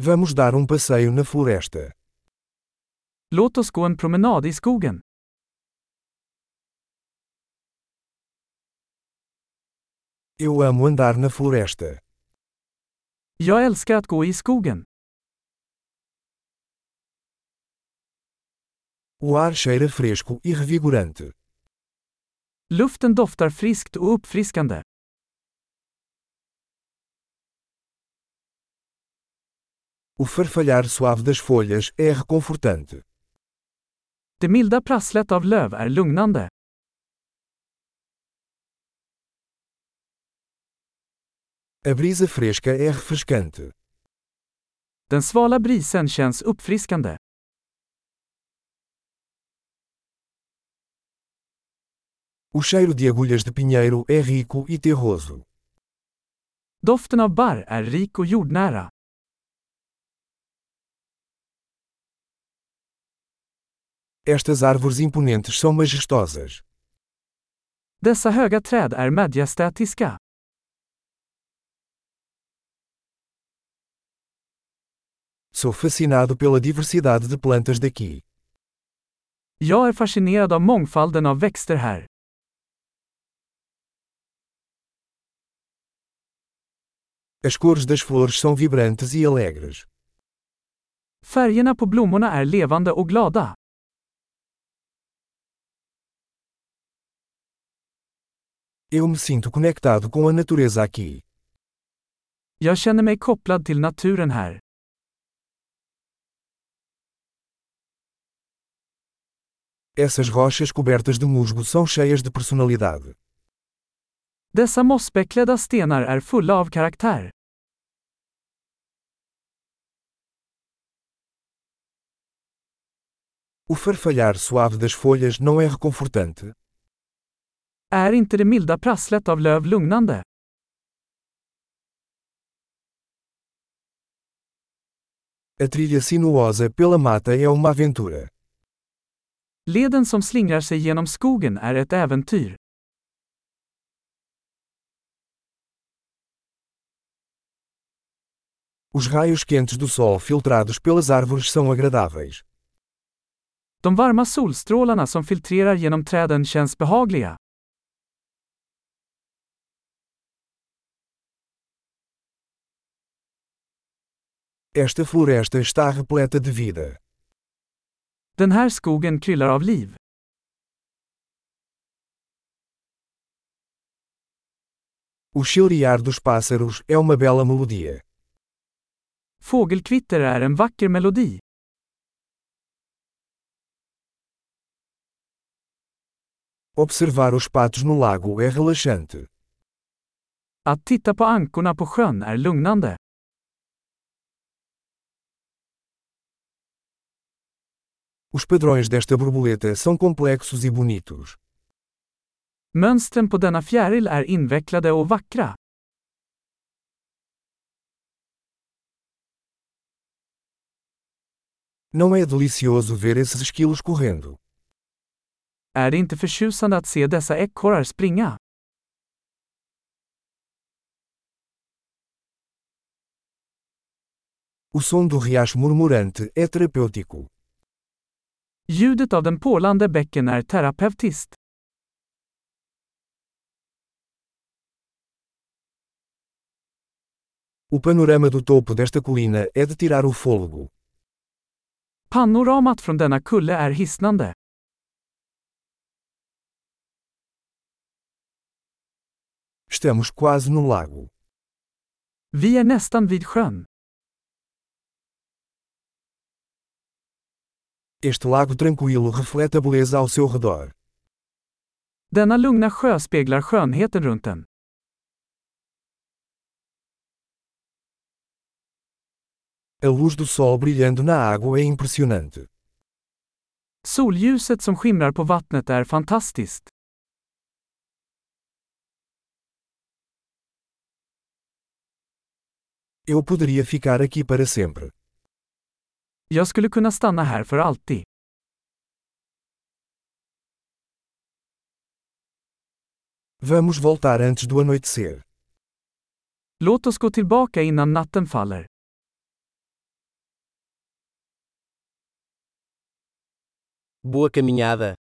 Vamos dar um passeio na floresta. Låt oss gå en promenad i skogen. Eu amo andar na floresta. Jag älskar att gå i skogen. O ar cheira fresco e revigorante. Luften doftar friskt och uppfriskande. O farfalhar suave das folhas é reconfortante. Det milda prasslet av löv är lugnande. A brisa fresca é refrescante. Den svala brisen känns uppfriskande. O cheiro de agulhas de pinheiro é rico e terroso. Doften av barr är rik och jordnära. Estas árvores imponentes são majestosas. Dessa höga träd är majestätiska. Sou fascinado pela diversidade de plantas daqui. Jag är fascinerad av mångfalden av växter här. As cores das flores são vibrantes e alegres. Färgerna på blommorna är levande och glada. Eu me sinto conectado com a natureza aqui. Jag känner mig kopplad till naturen här. Essas rochas cobertas de musgo são cheias de personalidade. Dessa mossbeklädda stenar är fulla av karaktär. O farfalhar suave das folhas não é reconfortante. Är inte det milda prasslet av löv lugnande? A trilha sinuosa pela mata é uma aventura. Leden som slingrar sig genom skogen är ett äventyr. Os raios quentes do sol filtrados pelas árvores são agradáveis. De varma solstrålarna som filtrerar genom träden känns behagliga. Esta floresta está repleta de vida. Den här skogen kryllar av liv. O chilrear dos pássaros é uma bela melodia. Fågelkvitter är en vacker melodi. Observar os patos no lago é relaxante. Att titta på ankorna på sjön är lugnande. Os padrões desta borboleta são complexos e bonitos. Mönstren på denna fjäril är invecklade och vackra. Não é delicioso ver esses esquilos correndo. Är det inte förtjusande att se dessa ekorrar springa? O som do riacho murmurante é terapêutico. Ljudet av den porlande bäcken är terapeutiskt. O panorama do topo desta colina é de tirar o fôlego. Panoramat från denna kulle är hisnande. Estamos quase no lago. Vi är nästan vid sjön. Este lago tranquilo reflete a beleza ao seu redor. Denna lugna sjö speglar skönheten runt den. A luz do sol brilhando na água é impressionante. Solljuset som skimrar på vattnet är fantastiskt. Eu poderia ficar aqui para sempre. Jag skulle kunna stanna här för alltid. Vamos voltar antes do anoitecer. Låt oss gå tillbaka innan natten faller. Boa caminhada.